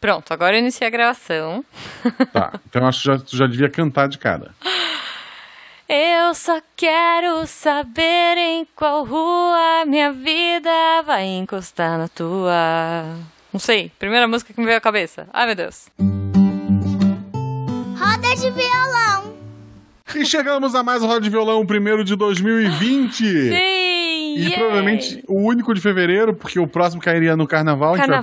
Pronto, agora eu iniciei a gravação. Tá. Então eu acho que já, tu já devia cantar de cara. Eu só quero saber em qual rua minha vida vai encostar na tua. Não sei, primeira música que me veio à cabeça. Ai meu Deus. Roda de violão. E chegamos a mais um Roda de Violão, o primeiro de 2020. Sim! E yay! provavelmente o único de fevereiro, porque o próximo cairia no carnaval, a gente vai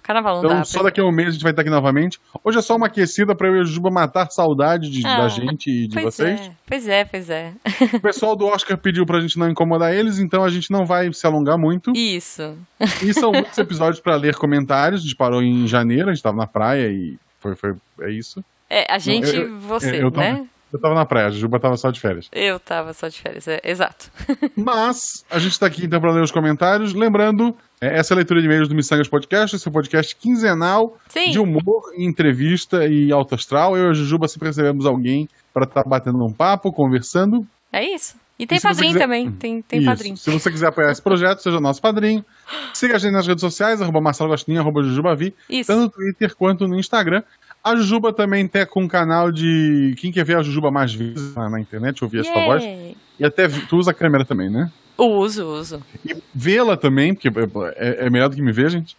Carnaval. Carnaval não Então, dá. só pra- daqui a um mês a gente vai estar aqui novamente. Hoje é só uma aquecida pra eu e o Juba matar saudade de- Ah, da gente e de Pois vocês. é, pois é, pois é. O pessoal do Oscar pediu pra gente não incomodar eles, então a gente não vai se alongar muito. Isso. E são muitos episódios pra ler comentários. A gente parou em janeiro, a gente tava na praia e foi, foi é isso. É, a gente, eu- você, eu tava- né? Eu tava na praia, a Juba tava só de férias. Eu tava só de férias, é, exato. Mas a gente tá aqui então pra ler os comentários. Lembrando, é, essa é a leitura de e-mails do Missangas Podcast, esse é um podcast quinzenal Sim. de humor, entrevista e alto astral. Eu e a Jujuba sempre recebemos alguém pra estar batendo um papo, conversando. É isso. E tem se você padrinho quiser- Uhum. também, tem, tem Isso. padrinho. Se você quiser apoiar esse projeto, seja nosso padrinho. Siga a gente nas redes sociais, arroba Marcelo Gostinho, arroba Jujubavi, Isso. tanto no Twitter quanto no Instagram. A Jujuba também tá com um canal de quem quer ver a Jujuba mais vezes na, na internet, ouvir a sua voz. Yay. E até vi- tu usa a câmera também, né? Uso, uso. E vê-la também, porque é, é melhor do que me ver, gente.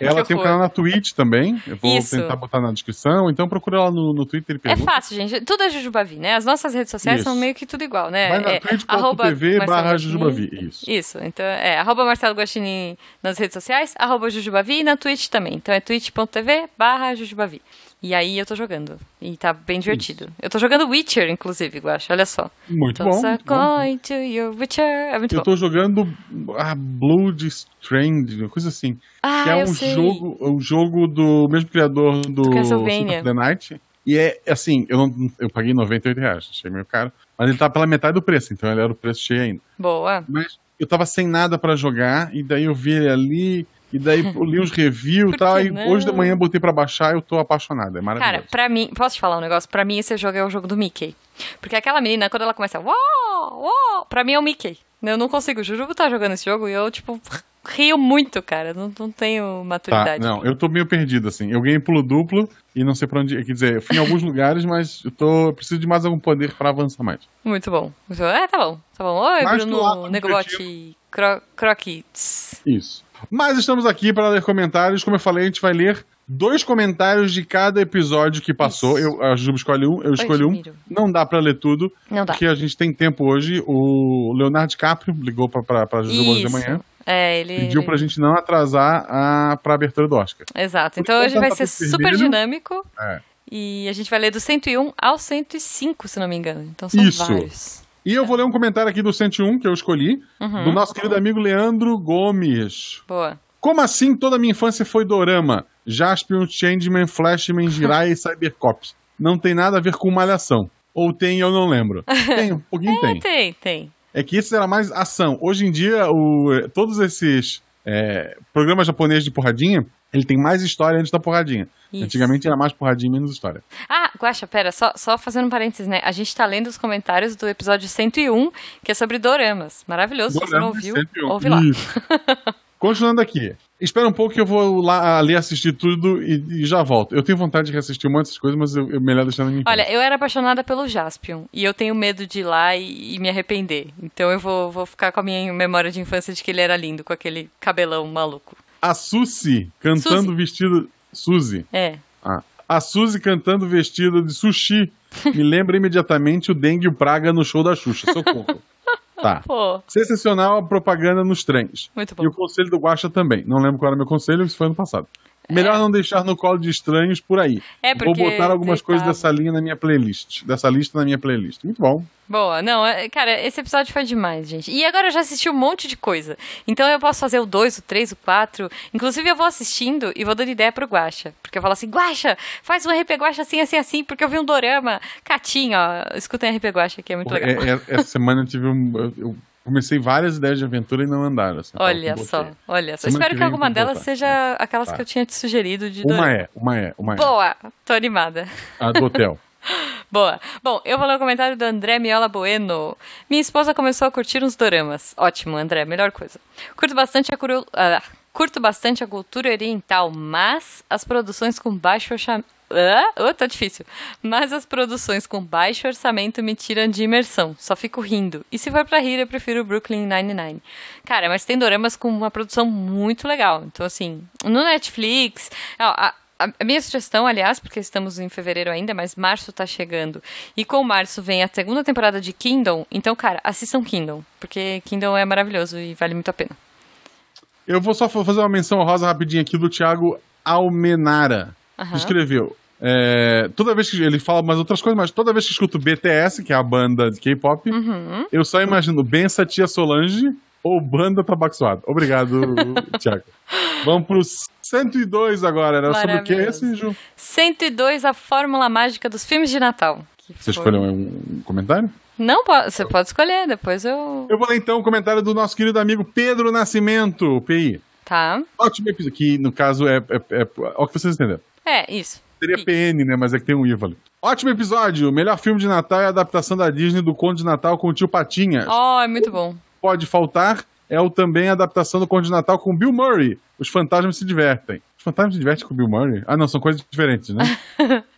Ela horror. tem um canal na Twitch também. Eu vou Isso. tentar botar na descrição. Então procura ela no, no Twitter É e pergunta. fácil, gente. Tudo é Jujubavi, né? As nossas redes sociais Isso. são meio que tudo igual, né? Vai na é, twitch.tv Marcelo barra Guaxinim. Jujubavi. Isso. Isso, então é arroba Marcelo Guaxinim nas redes sociais, arroba Jujubavi e na Twitch também. Então é twitch.tv barra Jujubavi. E aí eu tô jogando. E tá bem divertido. Eu tô jogando Witcher, inclusive, Guaxa. Olha só. Muito bom. Toss a muito bom. coin to your Witcher. É muito Eu bom. tô jogando a Blood Strand, uma coisa assim. Ah, que é eu um sei. jogo, um jogo do mesmo criador do Castlevania. Symphony of the Night. E é assim, eu, não, eu paguei R$ 98 reais, achei meio caro. Mas ele tá pela metade do preço, então ele era o preço cheio ainda. Boa. mas eu tava sem nada pra jogar, e daí eu vi ele ali, e daí eu li uns reviews Por e tal, que e não? hoje de manhã eu botei pra baixar, eu tô apaixonado, é Cara, maravilhoso. pra mim, posso te falar um negócio? Pra mim, esse jogo é o jogo do Mickey. Porque aquela menina, quando ela começa, uau, uau, pra mim é o Mickey. Eu não consigo, o Jujubo tá jogando esse jogo e eu, tipo, rio muito, cara. Não, não tenho Tá, maturidade. não, eu tô meio perdido, assim. Eu ganhei pulo duplo e não sei pra onde. Quer dizer, eu fui em alguns lugares, mas eu tô. eu preciso de mais algum poder pra avançar mais. Muito bom. Muito bom. É, tá bom, tá bom. Oi, Mas do lado Bruno, do Negobote, Cro Croquits. Isso. Mas estamos aqui para ler comentários. Como eu falei, a gente vai ler dois comentários de cada episódio que passou. Isso. Eu, a Juba escolhe um, eu escolhi um. Admiro. Não dá pra ler tudo, Não dá. porque a gente tem tempo hoje. O Leonardo DiCaprio ligou pra, pra, pra Juba hoje de Isso. manhã. um É, ele. pediu ele- pra gente não atrasar a, pra abertura do Oscar. Exato. Então Por hoje vai enquanto ser tá tudo super vermelho. dinâmico. É. E a gente vai ler do 101 ao 105, se não me engano. Então são Isso. vários. E eu vou ler um comentário aqui do 101 que eu escolhi, Uhum. do nosso querido amigo Leandro Gomes. Boa. Como assim toda minha infância foi dorama? Jaspion, Changeman, Flashman, Jirai e Cybercops. Não tem nada a ver com malhação. Ou tem, eu não lembro. Tem, um pouquinho É, tem. tem, tem. É que isso era mais ação. Hoje em dia, o- eh, todos esses é, programas japoneses de porradinha, ele tem mais história antes da porradinha. Isso. Antigamente era mais porradinha, menos história. Ah, Guaxa, pera, só, só fazendo um parênteses, né? A gente tá lendo os comentários do episódio 101, que é sobre doramas. Maravilhoso, se você não Dorama ouviu, 101. ouve lá. Isso. Continuando aqui. Espera um pouco que eu vou lá ali assistir tudo e, e já volto. Eu tenho vontade de reassistir um monte de coisas, mas eu, eu melhor deixar na minha casa. Olha, eu era apaixonada pelo Jaspion, e eu tenho medo de ir lá e, e me arrepender. Então eu vou, vou ficar com a minha memória de infância de que ele era lindo, com aquele cabelão maluco. A Suzy cantando Suzy. vestido. Suzy. É, Ah. A Suzy cantando vestida de sushi. Me lembra imediatamente o dengue e o praga no show da Xuxa. Socorro. tá. pô, Sensacional a propaganda nos trens. muito bom. E o conselho do Guaxa também. Não lembro qual era meu conselho, isso foi ano passado. Melhor não deixar no colo de estranhos por aí. É, Vou porque botar algumas você coisas tá- dessa linha na minha playlist. Dessa lista na minha playlist. Muito bom. Boa, não, é- cara, esse episódio foi demais, gente. E agora eu já assisti um monte de coisa. Então eu posso fazer o 2, o 3, o 4. Inclusive eu vou assistindo e vou dando ideia pro Guaxa. Porque eu falo assim, Guaxa, faz um RP Guaxa assim, assim, assim, porque eu vi um dorama. Catinho, ó, escutem RP Guaxa que é muito Pô, legal. é- é- essa semana eu tive um. eu- Eu comecei várias ideias de aventura e não andaram. assim, tava Olha com só, bloqueio. olha só. Semana Espero que que, vem eu alguma vou delas voltar. seja aquelas Tá. que eu tinha te sugerido de Uma dorama. é, uma é, uma é. Boa, tô animada. A Ah, do hotel. Boa. Bom, eu vou ler o comentário do André Miola Bueno. Minha esposa começou a curtir uns doramas. Ótimo, André, melhor coisa. Curto bastante a, curu- ah, Curto bastante a cultura oriental, mas as produções com baixo orçamento. Ah, oh, tá difícil. Mas as produções com baixo orçamento me tiram de imersão. Só fico rindo. E se for pra rir, eu prefiro Brooklyn Nine-Nine. Cara, mas tem doramas com uma produção muito legal. Então, assim, no Netflix. ó, a- a a minha sugestão, aliás, porque estamos em fevereiro ainda, mas março tá chegando. E com março vem a segunda temporada de Kingdom. Então, cara, assistam Kingdom. Porque Kingdom é maravilhoso e vale muito a pena. Eu vou só fa- fazer uma menção rosa rapidinha aqui do Thiago Almenara. Aham. que Escreveu. é, toda vez que ele fala umas outras coisas, mas toda vez que escuto BTS, que é a banda de K-pop, Uhum. eu só imagino Bença Tia Solange ou Banda Tabaxoado. Obrigado, Thiago. Vamos pro 102 agora. Era sobre o que Maravilhoso. esse, Ju? 102, a fórmula mágica dos filmes de Natal. Que foi- Você escolheu um comentário? Não, po- você pode escolher, depois eu... Eu vou ler então o comentário do nosso querido amigo Pedro Nascimento, PI. Tá. Ótimo episódio, que no caso é, é, é, ó, o que vocês entenderam. É, isso. Seria PN, né? Mas é que tem um IVA ali. Ótimo episódio! O melhor filme de Natal é a adaptação da Disney do Conde de Natal com o tio Patinha. Oh, é muito bom. Pode faltar é o também a adaptação do Conde de Natal com Bill Murray. Os fantasmas se divertem. Os fantasmas se divertem com Bill Murray? Ah, não, são coisas diferentes, né?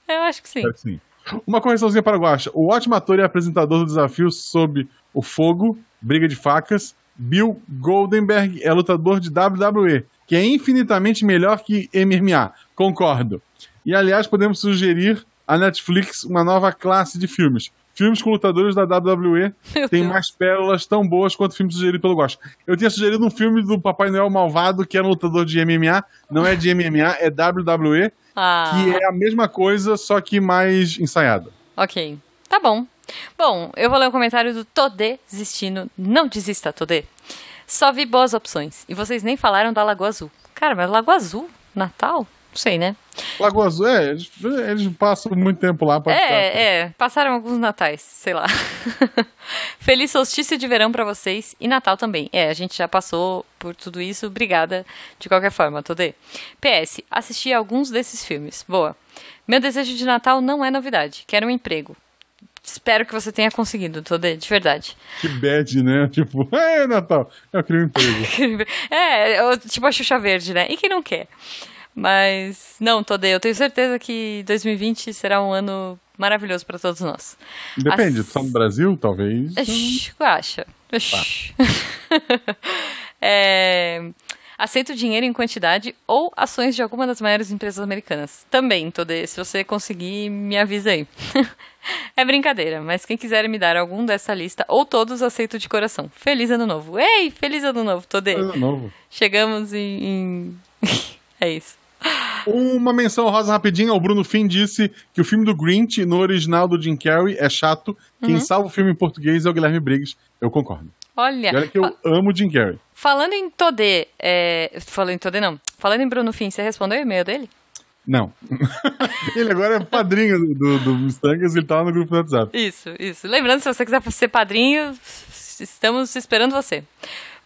Eu acho que sim. Espero que É, sim. Uma correçãozinha para o Guaxa. O ótimo ator e apresentador do desafio sob o fogo, briga de facas, Bill Goldenberg é lutador de WWE, que é infinitamente melhor que MMA. Concordo. E, aliás, podemos sugerir à Netflix uma nova classe de filmes. Filmes com lutadores da WWE Meu têm Deus. mais pérolas tão boas quanto o filme sugerido pelo Guaxa. Eu tinha sugerido um filme do Papai Noel Malvado, que era um lutador de MMA. Não é de MMA, é WWE Ah, que é a mesma coisa, só que mais ensaiada. ok. Tá bom. Bom, eu vou ler o comentário do Todê Desistindo. Não desista, Todê. Só vi boas opções. E vocês nem falaram da Lagoa Azul. Cara, mas Lagoa Azul? Natal? Não sei, né? Lagoa Azul, é, eles, eles passam muito tempo lá pra ficar. É, é. Passaram alguns natais, sei lá. Feliz solstício de verão pra vocês e Natal também. É, a gente já passou por tudo isso. Obrigada de qualquer forma, Todê. PS, assisti a alguns desses filmes. Boa. Meu desejo de Natal não é novidade. Quero um emprego. Espero que você tenha conseguido, Todê, de verdade. Que bad, né? Tipo, é Natal, eu queria um emprego. É, eu- tipo a Xuxa Verde, né? E quem não quer? Mas, não, Todê, eu tenho certeza que 2020 será um ano maravilhoso pra todos nós. Depende, As- tu tá no Brasil, É, talvez. Ixi, Guaxa. Ixi. É, aceito dinheiro em quantidade ou ações de alguma das maiores empresas americanas. Também, Todê, se você conseguir, me avisa aí. é brincadeira, mas quem quiser me dar algum dessa lista ou todos, aceito de coração. Feliz ano novo. Ei, feliz ano novo, Todê. Coisa nova. Chegamos em... em- é isso. Uma menção rosa rapidinha, o Bruno Fim disse que o filme do Grinch, no original do Jim Carrey, é chato. Uhum. Quem salva o filme em português é o Guilherme Briggs. Eu concordo. Olha, E olha que eu amo o Jim Carrey. falando em Todê, é... falando em Todê não, falando em Bruno Fim, você respondeu o e-mail dele? Não. ele agora é padrinho do, do, do Mistangas, ele tá lá no grupo do WhatsApp. Isso, isso. Lembrando, se você quiser ser padrinho, estamos esperando você.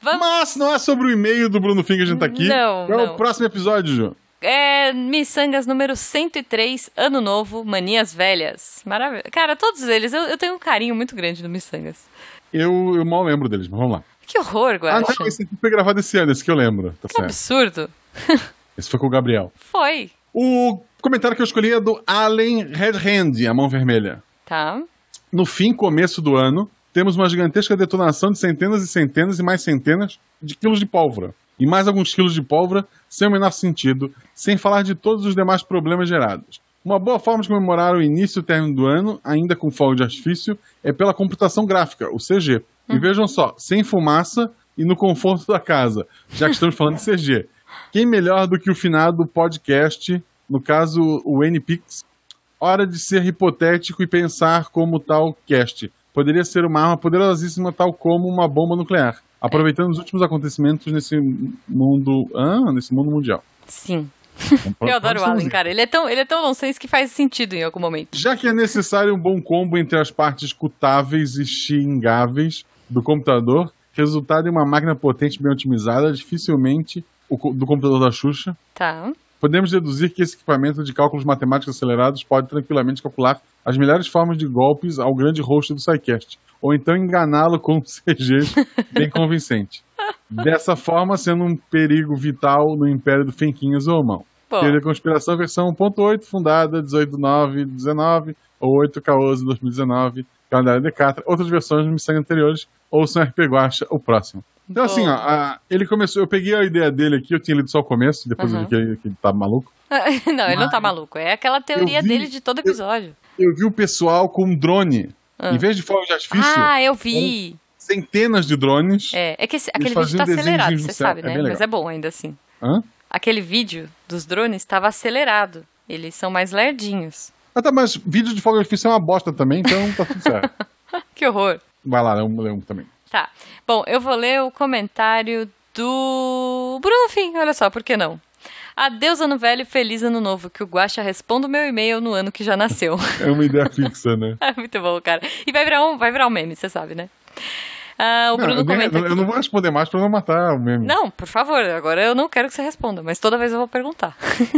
Vamos. Mas não é sobre o e-mail do Bruno Fim que a gente tá aqui. Não, Qual é não. o próximo episódio, Ju? É, Missangas número 103, Ano Novo, Manias Velhas. Maravilha. Cara, todos eles, eu, eu tenho um carinho muito grande do Missangas. Eu, eu mal lembro deles, mas vamos lá. Que horror, Ah, Guaxa. não, esse aqui foi gravado esse ano, esse que eu lembro. Tá que certo. absurdo. Esse foi com o Gabriel. Foi, O comentário que eu escolhi é do Allen Red Hand, a mão vermelha. tá? No fim, começo do ano, temos uma gigantesca detonação de centenas e centenas e mais centenas de quilos de pólvora. E mais alguns quilos de pólvora, sem o menor sentido, sem falar de todos os demais problemas gerados. Uma boa forma de comemorar o início e o término do ano, ainda com fogo de artifício, é pela computação gráfica, o CG. E vejam só, sem fumaça e no conforto da casa, já que estamos falando de CG. Quem melhor do que o finado podcast, no caso o NPix, Hora de ser hipotético e pensar como tal cast. Poderia ser uma arma poderosíssima, tal como uma bomba nuclear. Aproveitando os últimos acontecimentos nesse mundo. Ah, nesse mundo mundial. Sim. Eu adoro o Alan, cara. Ele é tão, ele é tão nonsense que faz sentido em algum momento. Já que é necessário um bom combo entre as partes cutáveis e xingáveis do computador, resultado em uma máquina potente e bem otimizada, dificilmente o co- do computador da Xuxa, Tá. Podemos deduzir que esse equipamento de cálculos matemáticos acelerados pode tranquilamente calcular as melhores formas de golpes ao grande host do SciCast, ou então enganá-lo com um CG bem convincente. Dessa forma, sendo um perigo vital no Império do Fenquinhas ou Mão. Pô, Teoria da Conspiração versão 1.8, fundada 18 de 9 de 19, ou 8 Caoso 2019, calendário de Catra. Outras versões me seguem anteriores, ou são RP Guacha, o próximo. Então, Boa. assim, ó, a- ele começou. Eu peguei a ideia dele aqui, eu tinha lido só o começo, depois Aham. eu vi que ele, que ele tá maluco. não, ele não tá maluco. É aquela teoria Eu vi- dele de todo episódio. Eu vi o pessoal com um drone. Em vez de fogo de artifício, Ah, eu vi. centenas de drones. É, é que esse- aquele vídeo faziam tá desenhos acelerado, no você céu, sabe, é né? bem legal. Mas é bom ainda assim. Hã? Aquele vídeo dos drones estava acelerado. Eles são mais lerdinhos. Ah, tá, mas vídeo de fogo de artifício é uma bosta também, então tá tudo certo. Que horror. Vai lá, lê um, lê um também. Tá. Bom, eu vou ler o comentário do Bruno Fim. Olha só, por que não? Adeus ano velho, feliz ano novo. Que o Guaxa responda o meu e-mail no ano que já nasceu. É uma ideia fixa, né? É Muito bom, cara. E vai virar um, vai virar um meme, você sabe, né? Ah, o Não, Bruno eu, nem- comenta. eu aqui. não vou responder mais pra não matar o meme. Não, por favor, agora eu não quero que você responda, mas toda vez eu vou perguntar.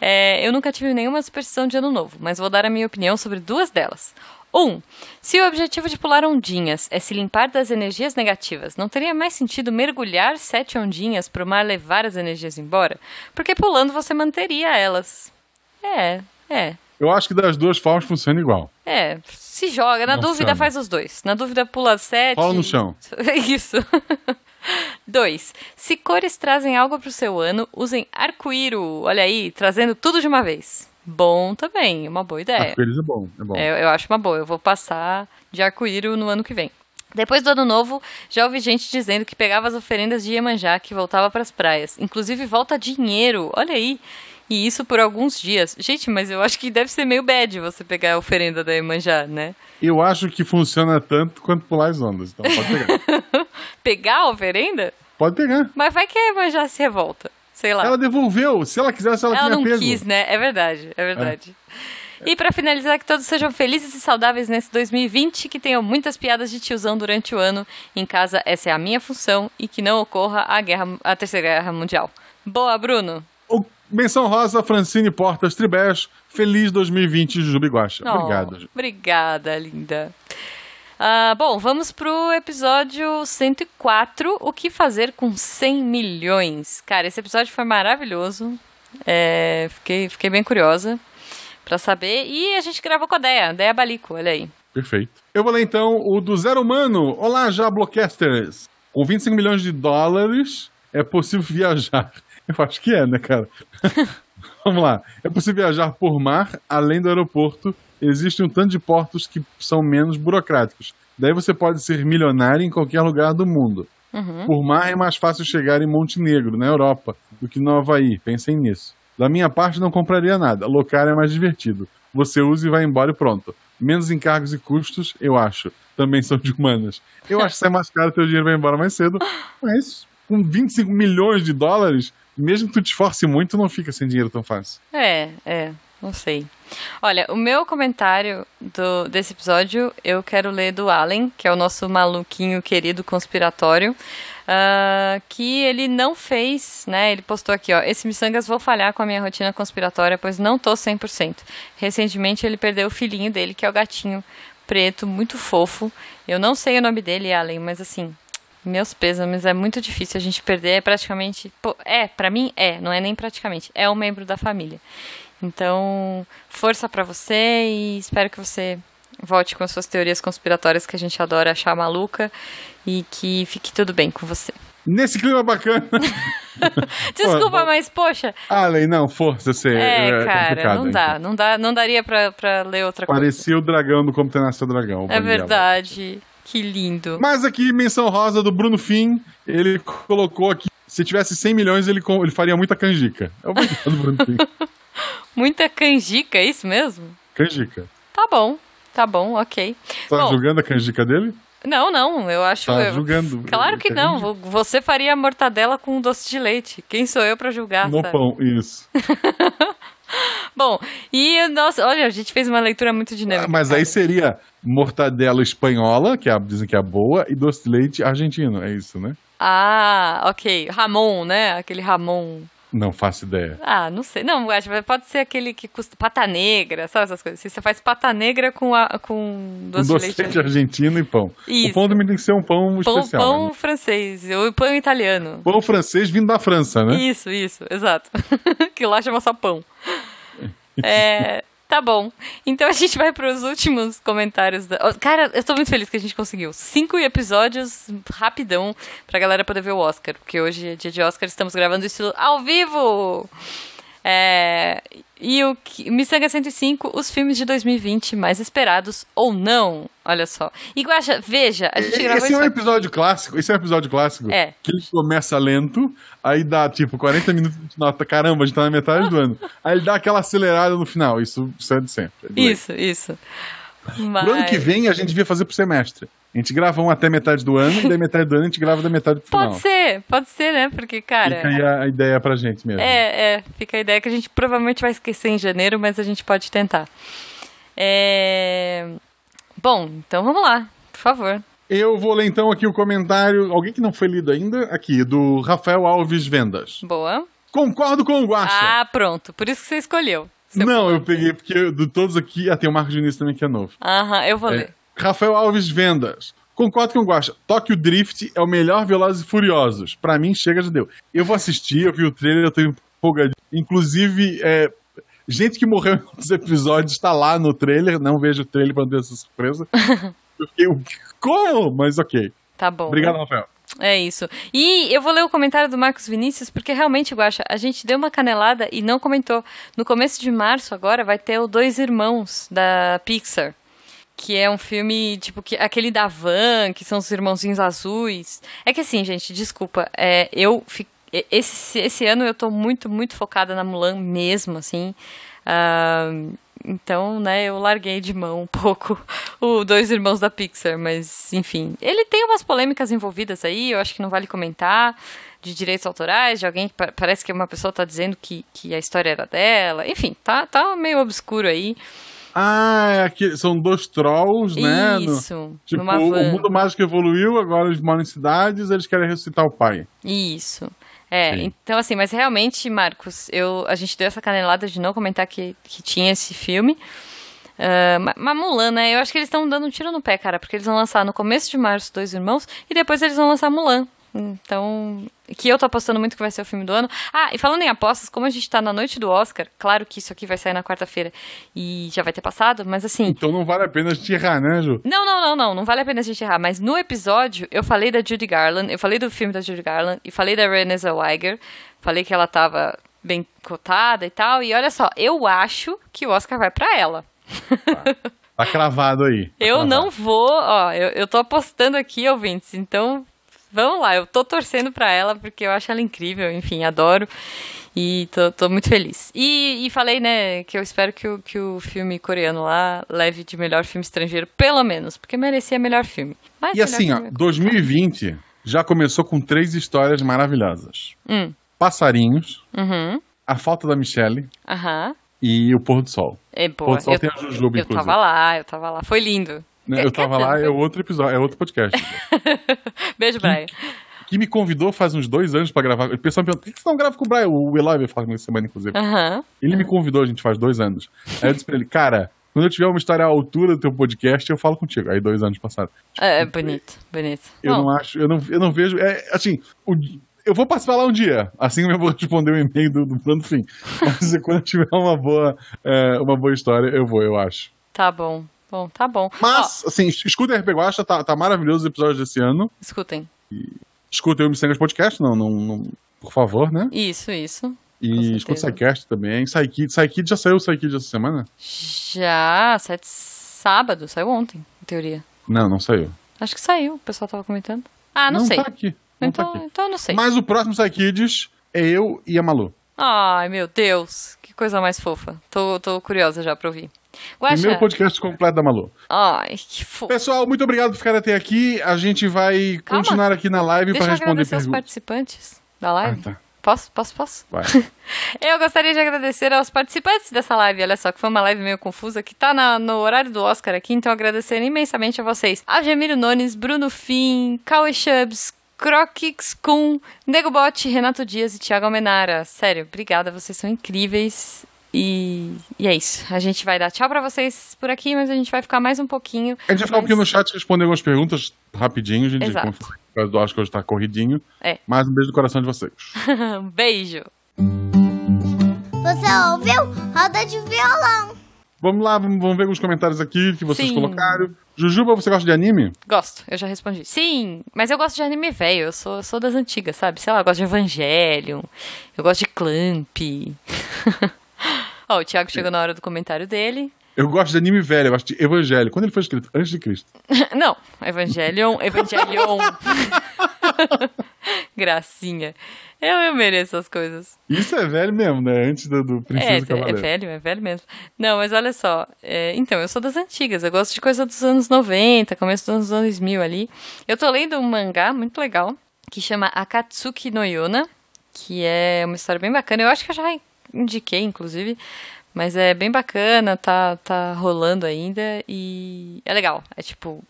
É, eu nunca tive nenhuma superstição de ano novo, mas vou dar a minha opinião sobre duas delas. Um, se o objetivo de pular ondinhas é se limpar das energias negativas, não teria mais sentido mergulhar sete ondinhas para o mar levar as energias embora? Porque pulando você manteria elas. É, é, Eu acho que das duas formas funciona igual. é. Se joga, na Não dúvida funciona. faz os dois. Na dúvida pula sete. É Pau no chão. Isso. Dois. Se cores trazem algo pro seu ano, usem arco-íro. Olha aí, trazendo tudo de uma vez. Bom também, uma boa ideia. Arco-íris é bom, é bom. É, Eu, eu acho uma boa. Eu vou passar de arco-íro no ano que vem. Depois do ano novo, já ouvi gente dizendo que pegava as oferendas de Iemanjá que voltava para as praias. Inclusive, volta dinheiro. Olha aí. E isso por alguns dias. Gente, mas eu acho que deve ser meio bad você pegar a oferenda da Iemanjá, né? Eu acho que funciona tanto quanto pular as ondas. Então pode pegar. pegar a oferenda? pode pegar. Mas vai que a Iemanjá se revolta. Sei lá. Ela devolveu. Se ela quisesse, ela, Ela tinha É. não pego. quis, né? É verdade, é verdade. E pra finalizar, que todos sejam felizes e saudáveis nesse 2020, que tenham muitas piadas de tiozão durante o ano. Em casa, essa é a minha função e que não ocorra a, guerra, a Terceira Guerra Mundial. Boa, Bruno! O- Menção Rosa, Francine Portas Tribés. Feliz 2020, Jujuba Guacha. Obrigado. gente. Obrigada, linda. Ah, bom, vamos pro episódio 104, o que fazer com 100 milhões. Cara, esse episódio foi maravilhoso. É, fiquei, fiquei bem curiosa pra saber. E a gente gravou com a Deia, Deia Balico, olha aí. Perfeito. Eu vou ler então o do Zero Humano. Olá, Jablocasters. Com 25 milhões de dólares, é possível viajar. Eu acho que é, né, cara? Vamos lá. É possível viajar por mar, além do aeroporto. Existe um tanto de portos que são menos burocráticos. Daí você pode ser milionário em qualquer lugar do mundo. Por mar é mais fácil chegar em Montenegro, na Europa, do que no Havaí. Pensem nisso. Da minha parte, não compraria nada. Locar é mais divertido. Você usa e vai embora e pronto. Menos encargos e custos, eu acho. Também são de humanas. Eu acho que se é mais caro, teu dinheiro vai embora mais cedo. Mas, com 25 milhões de dólares, mesmo que tu te esforce muito, não fica sem dinheiro tão fácil. É, é, não sei. Olha, o meu comentário do- desse episódio eu quero ler do Allen, que é o nosso maluquinho querido conspiratório, ah, que ele não fez, né? Ele postou aqui, ó, esse miçangas vou falhar com a minha rotina conspiratória, pois não tô 100%. Recentemente ele perdeu o filhinho dele, que é o gatinho preto, muito fofo. Eu não sei o nome dele, Allen, mas assim, meus pêsames, é muito difícil a gente perder, é praticamente, pô, é, pra mim é, não é nem praticamente, é um membro da família. Então, força pra você e espero que você volte com as suas teorias conspiratórias que a gente adora achar maluca e que fique tudo bem com você. Nesse clima bacana. Desculpa, bom. mas poxa, Allen, não, força, você. é, cara, complicado, não hein? dá, não dá, não daria pra, pra ler outra coisa. Parecia o dragão do Como Treinar Seu Dragão. É Bom dia, verdade. Que lindo. Mas aqui, menção rosa do Bruno Fim, ele colocou aqui. Se tivesse 100 milhões, ele, com- ele faria muita canjica. É Obrigado, Bruno Fim. Muita canjica, é isso mesmo? Canjica. Tá bom. Tá bom, OK. Tá Bom, julgando a canjica dele? Não, não, eu acho. Tá eu- julgando. Claro que não. vo- Você faria mortadela com um doce de leite. Quem sou eu pra julgar? No sabe? pão, isso. Bom, e nossa, olha, a gente fez uma leitura É muito dinâmica. Ah, Mas aí seria mortadela espanhola, que é a- dizem que é a boa, e doce de leite argentino. É isso, né? Ah, ok. Ramon, né? Aquele Ramon. Não faço ideia. Ah, não sei. Não, acho, mas pode ser aquele que custa pata negra, sabe essas coisas. Se você faz pata negra com, a, com Um doce, doce de leite. de argentino e pão. O Isso. pão também tem que ser um pão, Pão, especial. pão né? francês, ou pão italiano. Pão francês vindo da França, né? Isso, isso, exato. que lá chama só pão. É, tá bom. Então a gente vai pros últimos comentários. Da... Ó, Cara, eu tô muito feliz que a gente conseguiu. Cinco episódios rapidão pra galera poder ver o Oscar. Porque hoje é dia de Oscar, estamos gravando isso ao vivo! É, e o que- Missanga 105, os filmes de 2020 mais esperados ou não. Olha só. E Guaxa, veja, a gente gravou Esse é isso um aqui. episódio clássico. Esse é um episódio clássico. É. Que ele começa lento, aí dá tipo 40 minutos de nota. Caramba, a gente tá na metade do ano. Aí ele dá aquela acelerada no final. Isso, isso é de sempre. Isso, isso. Mas... Pro ano que vem a gente devia fazer pro semestre. A gente grava um até metade do ano e da metade do ano a gente grava da metade pro final. Pode ser, pode ser, né? Porque, cara. Fica aí a, a ideia pra gente mesmo. É, é, fica a ideia que a gente provavelmente vai esquecer em janeiro, mas a gente pode tentar. É... Bom, então vamos lá, por favor. Eu vou ler então aqui o comentário, alguém que não foi lido ainda, aqui, do Rafael Alves Vendas. Boa. Concordo com o Guaxa. Ah, pronto. Por isso que você escolheu. Você- não, eu peguei porque eu- de todos aqui, ah, tem o Marcos Vinícius também que é novo. Aham, eu vou É, ler. Rafael Alves Vendas. Concordo com o Guaxa. Tóquio Drift é o melhor Velozes e Furiosos. Pra mim, chega, já deu. Eu vou assistir, eu vi o trailer, eu tô empolgadinho. Inclusive, é, gente que morreu em outros episódios tá lá no trailer. Não vejo o trailer pra não ter essa surpresa. eu fiquei, "O quê? como? Mas ok. Tá bom. Obrigado, Rafael. É isso. E eu vou ler o comentário do Marcos Vinícius, porque realmente, Guaxa, a gente deu uma canelada e não comentou. No começo de março, agora, vai ter o Dois Irmãos, da Pixar. Que é um filme, tipo, que, aquele da van, que são os irmãozinhos azuis. É que assim, gente, desculpa. é, eu fi- e- esse, esse ano eu tô muito, muito focada na Mulan mesmo, assim. Ah, então, né, eu larguei de mão um pouco o Dois Irmãos da Pixar, mas enfim. Ele tem umas polêmicas envolvidas aí, eu acho que não vale comentar, de direitos autorais, de alguém que pa- parece que uma pessoa tá dizendo que, que a história era dela. Enfim, tá, tá meio obscuro aí. Ah, é aqui, são dois trolls, né? no- Isso, tipo, numa o- van. o mundo mágico evoluiu, agora eles moram em cidades, eles querem ressuscitar o pai. Isso. É, Sim. então assim, mas realmente, Marcos, eu, a gente deu essa canelada de não comentar que, que tinha esse filme. Ah, ma- mas Mulan, né? Eu acho que eles estão dando um tiro no pé, cara, porque eles vão lançar no começo de março Dois Irmãos e depois eles vão lançar Mulan. Então, que eu tô apostando muito que vai ser o filme do ano. Ah, e falando em apostas, como a gente tá na noite do Oscar, claro que isso aqui vai sair na quarta-feira e já vai ter passado, mas assim, Então não vale a pena a gente errar, né, Ju? não, não, não, não. Não vale a pena a gente errar. Mas no episódio, eu falei da Judy Garland, eu falei do filme da Judy Garland, e falei da Renée Zellweger, falei que ela tava bem cotada e tal. E olha só, eu acho que o Oscar vai pra ela. Tá cravado aí. Tá Eu cravado. não vou, ó, eu, eu tô apostando aqui, ouvintes, então vamos lá, eu tô torcendo pra ela porque eu acho ela incrível, enfim, adoro e tô, tô muito feliz. E, e falei, né, que eu espero que o, que o filme coreano lá leve de melhor filme estrangeiro, pelo menos, porque merecia melhor filme. Mas E melhor assim, ó, filme- é 2020 já começou com três histórias maravilhosas: Hum, Passarinhos, uhum, A Falta da Michelle aham. e O Pôr do Sol. É boa. Pô, só eu, tem a Jujuba, eu inclusive. tava lá, eu tava lá. Foi lindo. Né, Quer- Eu quer tava dizer, lá, foi- é outro episódio, é outro podcast. Beijo, Brian. que me convidou faz uns dois anos pra gravar. O pessoal me pergunta: por que você não grava com o Brian? O Eloy vai falar comigo essa semana, inclusive. Aham. Ele me convidou, a gente faz dois anos. Aí eu disse pra ele, cara, quando eu tiver uma história à altura do teu podcast, eu falo contigo. Aí dois anos passaram. É, é bonito, bonito. Eu Bom, não acho, eu não, eu não vejo. É, assim, o- eu vou participar lá um dia. Assim eu vou responder o e-mail do, do plano fim. Mas quando eu tiver uma boa, é, uma boa história, eu vou, eu acho. Tá bom. Bom, tá bom. Ó, Mas, assim, escuta RP Guacha, tá, tá maravilhoso os episódios desse ano. escutem. Escuta o Missangas Podcast, não, não, não- por favor, né? Isso, isso. E certeza. escuta o SciCast também. SciKid, SciKid já saiu o SciKid essa semana? Já, sete sábado, saiu ontem, em teoria. Não, não saiu. Acho que saiu, o pessoal tava comentando. Ah, não, sei. tá aqui. Não então, tá aqui. então eu não sei. Mas o próximo SciKids é eu e a Malu. Ai, meu Deus, que coisa mais fofa. Tô, tô curiosa já pra ouvir. Guaxa, Primeiro podcast completo da Malu. ai, que fofo. Pessoal, muito obrigado por ficar até aqui. A gente vai Calma. continuar aqui na live Deixa para eu responder agradecer aos perguntas. participantes da live. Ah, tá. Posso, posso, posso? Vai. Eu gostaria de agradecer aos participantes dessa live. Olha só, que foi uma live meio confusa, que tá na- no horário do Oscar aqui, então agradecer imensamente a vocês. A Gemílio Nunes, Bruno Fim, Cauê Chubbs, Croquix Kun, Negobot, Renato Dias e Thiago Almenara. Sério, obrigada, vocês são incríveis. E, e é isso. A gente vai dar tchau pra vocês por aqui, mas a gente vai ficar mais um pouquinho. A gente vai ficar um Mas- pouquinho no chat responder algumas perguntas rapidinho, gente. Exato. como Por causa do acho que hoje tá corridinho. É. Mas um beijo no coração de vocês. Um beijo. Você ouviu? Roda de violão. vamos lá, vamos, vamos ver alguns comentários aqui que vocês Sim. colocaram. Jujuba, você gosta de anime? Gosto, eu já respondi. Sim, mas eu gosto de anime velho, eu sou, sou das antigas, sabe? Sei lá, eu gosto de Evangelion, eu gosto de Clamp. Ó, o Thiago chegou na hora do comentário dele. Eu gosto de anime velho, eu gosto de Evangelho. Quando ele foi escrito? Antes de Cristo. Não, Evangelion, Evangelion. Gracinha. Eu, eu mereço as coisas. Isso é velho mesmo, né? Antes do, do É, é, Princesa é Cavaleiro. velho, é velho mesmo. Não, mas olha só. é, então, eu sou das antigas. Eu gosto de coisa dos anos 90, começo dos anos 2000 ali. Eu tô lendo um mangá muito legal que chama Akatsuki no Yona, que é uma história bem bacana. Eu acho que eu já indiquei, inclusive. Mas é bem bacana, tá, tá rolando ainda e é legal. É tipo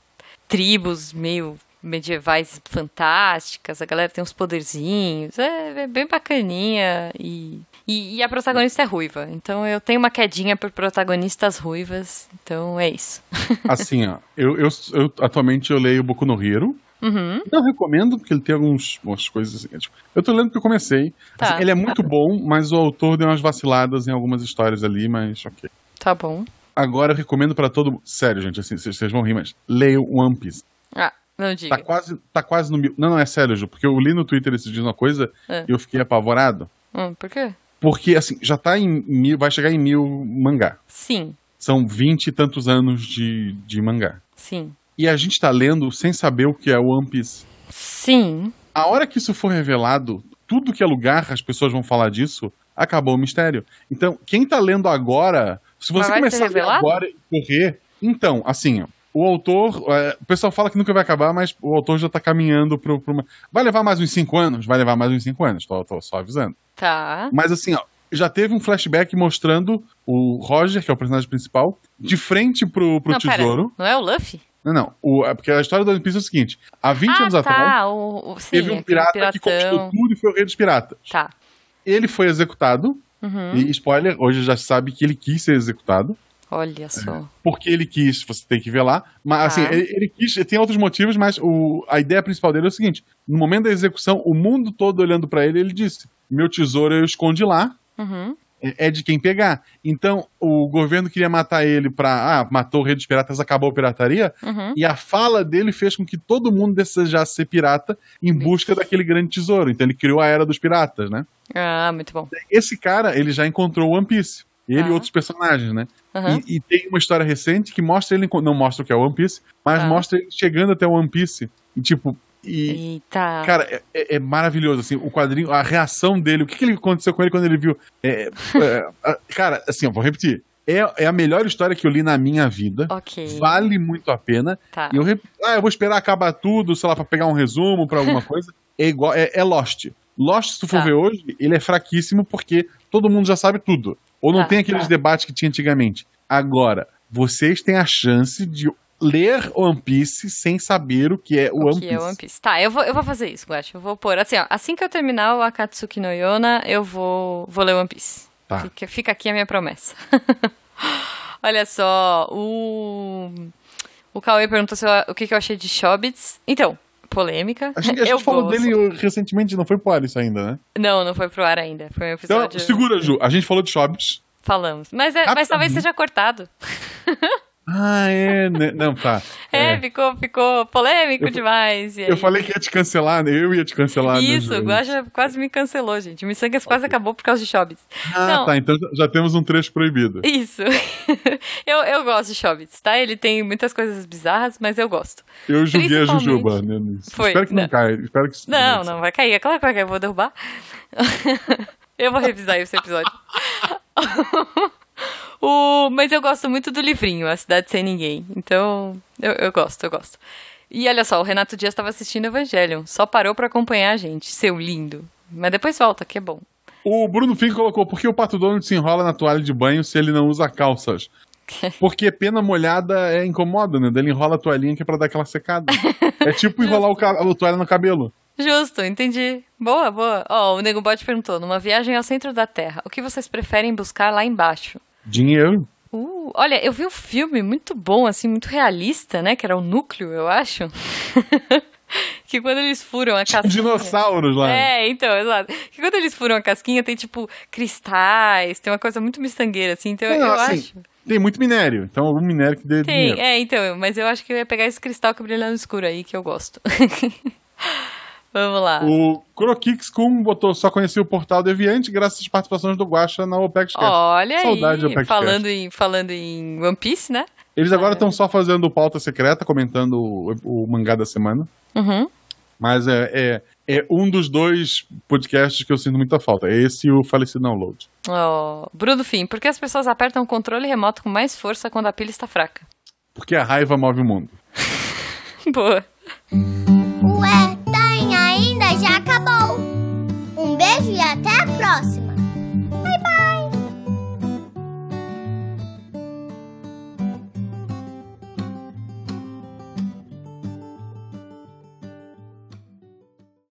tribos meio medievais fantásticas, a galera tem uns poderzinhos, é, é bem bacaninha e, e, e a protagonista é ruiva, então eu tenho uma quedinha por protagonistas ruivas, então é isso. Assim, ó. Eu, eu, eu- atualmente eu leio Boku no Hero. Uhum, Não recomendo, porque ele tem alguns, algumas coisas assim. é, tipo, eu tô lendo porque eu comecei. Tá. Assim, ele é muito bom, mas o autor deu umas vaciladas em algumas histórias ali, mas ok. Tá bom. Agora eu recomendo pra todo mundo. Sério, gente, assim, vocês vocês vão rir, mas leiam One Piece. Ah, não Tá diga. quase, tá quase no mil. Não, não, é sério, Ju, porque eu li no Twitter esses dias uma coisa É. e eu fiquei apavorado. Hum, por quê? Porque, assim, já tá em mil. Vai chegar em mil mangá. Sim, São vinte e tantos anos de, de mangá. sim, E a gente tá lendo sem saber o que é One Piece. sim. A hora que isso for revelado, tudo que é lugar, as pessoas vão falar disso, acabou o mistério. Então, quem tá lendo agora, se Mas vai você ser começar a ler revelado? agora e correr. Então, assim, ó, o autor. é, o pessoal fala que nunca vai acabar, mas o autor já tá caminhando pro. pro uma- vai levar mais uns cinco anos? Vai levar mais uns cinco anos, tô, tô só avisando. Tá. Mas assim, ó, já teve um flashback mostrando o Roger, que é o personagem principal, de frente pro, pro não, tesouro. pera, não é o Luffy? Não, não. O, é porque a história do One Piece é o seguinte: há 20 ah, anos tá, atrás, o, o, sim, teve um aquele pirata que conquistou piratão. tudo e foi o rei dos piratas. Tá. Ele foi executado, Uhum. e spoiler, hoje já se sabe que ele quis ser executado. Olha só. Porque ele quis, você tem que ver lá. Mas assim, Tá. ele, ele quis, tem outros motivos, mas o, a ideia principal dele é o seguinte: no momento da execução, o mundo todo olhando pra ele, ele disse: Meu tesouro eu escondi lá, Uhum. é é de quem pegar. Então, o governo queria matar ele pra. Ah, matou o rei dos piratas, acabou a pirataria. Uhum. E a fala dele fez com que todo mundo desejasse ser pirata em busca daquele grande tesouro. Então ele criou a era dos piratas, né? Ah, muito bom. Esse cara, ele já encontrou o One Piece. Ele e Aham. outros personagens, né? Uhum. E, e tem uma história recente que mostra ele. encon- Não mostra o que é o One Piece, mas Tá. mostra ele chegando até o One Piece. E, tipo. E, Eita. Cara, é- é, é maravilhoso, assim, o quadrinho, a reação dele, o que, que ele aconteceu com ele quando ele viu. É, é, a- cara, assim, eu vou repetir. É, é a melhor história que eu li na minha vida. Ok. Vale muito a pena. Tá. E eu, rep- ah, eu vou esperar acabar tudo, sei lá, pra pegar um resumo, pra alguma coisa. É igual, é, é Lost. Lost, se tu for Tá. ver hoje, ele é fraquíssimo porque todo mundo já sabe tudo. Ou não Tá, tem aqueles tá. debates que tinha antigamente. Agora, vocês têm a chance de ler One Piece sem saber o que é o, O One, que Piece. é One Piece. Tá, eu vou, eu vou fazer isso, Guacha. Eu vou pôr. Assim, ó, assim que eu terminar o Akatsuki no Yona, eu vou, vou ler One Piece. Tá. Fica, fica aqui a minha promessa. Olha só, o. O Cauê perguntou se eu- o que, que eu achei de Shobits. Então, polêmica. A gente, a gente eu falou gosto. dele um, recentemente, não foi pro ar isso ainda, né? Não, não foi pro ar ainda. Foi um Então, episódio. segura, Ju. A gente falou de Shobits. Falamos. Mas, é- mas talvez seja cortado. Ah, é, né? Não, tá. É, É. ficou, ficou polêmico Eu- demais. E aí- Eu falei que ia te cancelar, né? Eu ia te cancelar. né, Isso, Ju? o Guacha quase me cancelou, gente. O Missangas quase acabou por causa de Shobits. Ah, Não. tá. Então já temos um trecho proibido. Isso. eu, eu gosto de Shobits, tá? Ele tem muitas coisas bizarras, mas eu gosto. Eu julguei a Principalmente- Jujuba, né? nisso. Foi, Espero que não, não. caia. Espero que Não, não vai cair. É claro que vai cair, eu vou derrubar. eu vou revisar esse episódio. o, mas eu gosto muito do livrinho, A Cidade Sem Ninguém. Então, eu, eu gosto, eu gosto. E olha só, o Renato Dias estava assistindo Evangelion. Só parou pra acompanhar a gente, seu lindo. Mas depois volta, que é bom. O Bruno Fink colocou: por que o Pato Donald se enrola na toalha de banho se ele não usa calças? Porque pena molhada é incomoda, né? Daí Ele enrola a toalhinha que é pra dar aquela secada. É tipo enrolar o ca- a toalha no cabelo. Justo, entendi. Boa, boa. Ó, o Nego Bot perguntou: numa viagem ao centro da Terra, o que vocês preferem buscar lá embaixo? Dinheiro. Uh, olha, eu vi um filme muito bom, assim, muito realista, né? Que era o núcleo, eu acho. que quando eles furam a um casquinha. Dinossauros lá. Assim, É, então, exato. Que quando eles furam a casquinha, tem tipo cristais, tem uma coisa muito mistangueira, assim. Então, Não, eu assim, acho. Tem muito minério. Então, algum minério que dê Tem, dinheiro. é, então, mas eu acho que eu ia pegar esse cristal que brilha no escuro aí, que eu gosto. Vamos lá. O Croquix Kun botou só conheci o portal Deviante graças às participações do Guaxa na OPEX Olha Saudade do aí, Opexcast. falando em, falando em One Piece, né? Eles agora estão só fazendo pauta secreta, comentando o, o mangá da semana. Uhum. Mas é, é, é um dos dois podcasts que eu sinto muita falta. É esse e o falecido download. Ó, Bruno Fim, por que as pessoas apertam o controle remoto com mais força quando a pilha está fraca? Porque a raiva move o mundo. Boa. Ué, tá, Um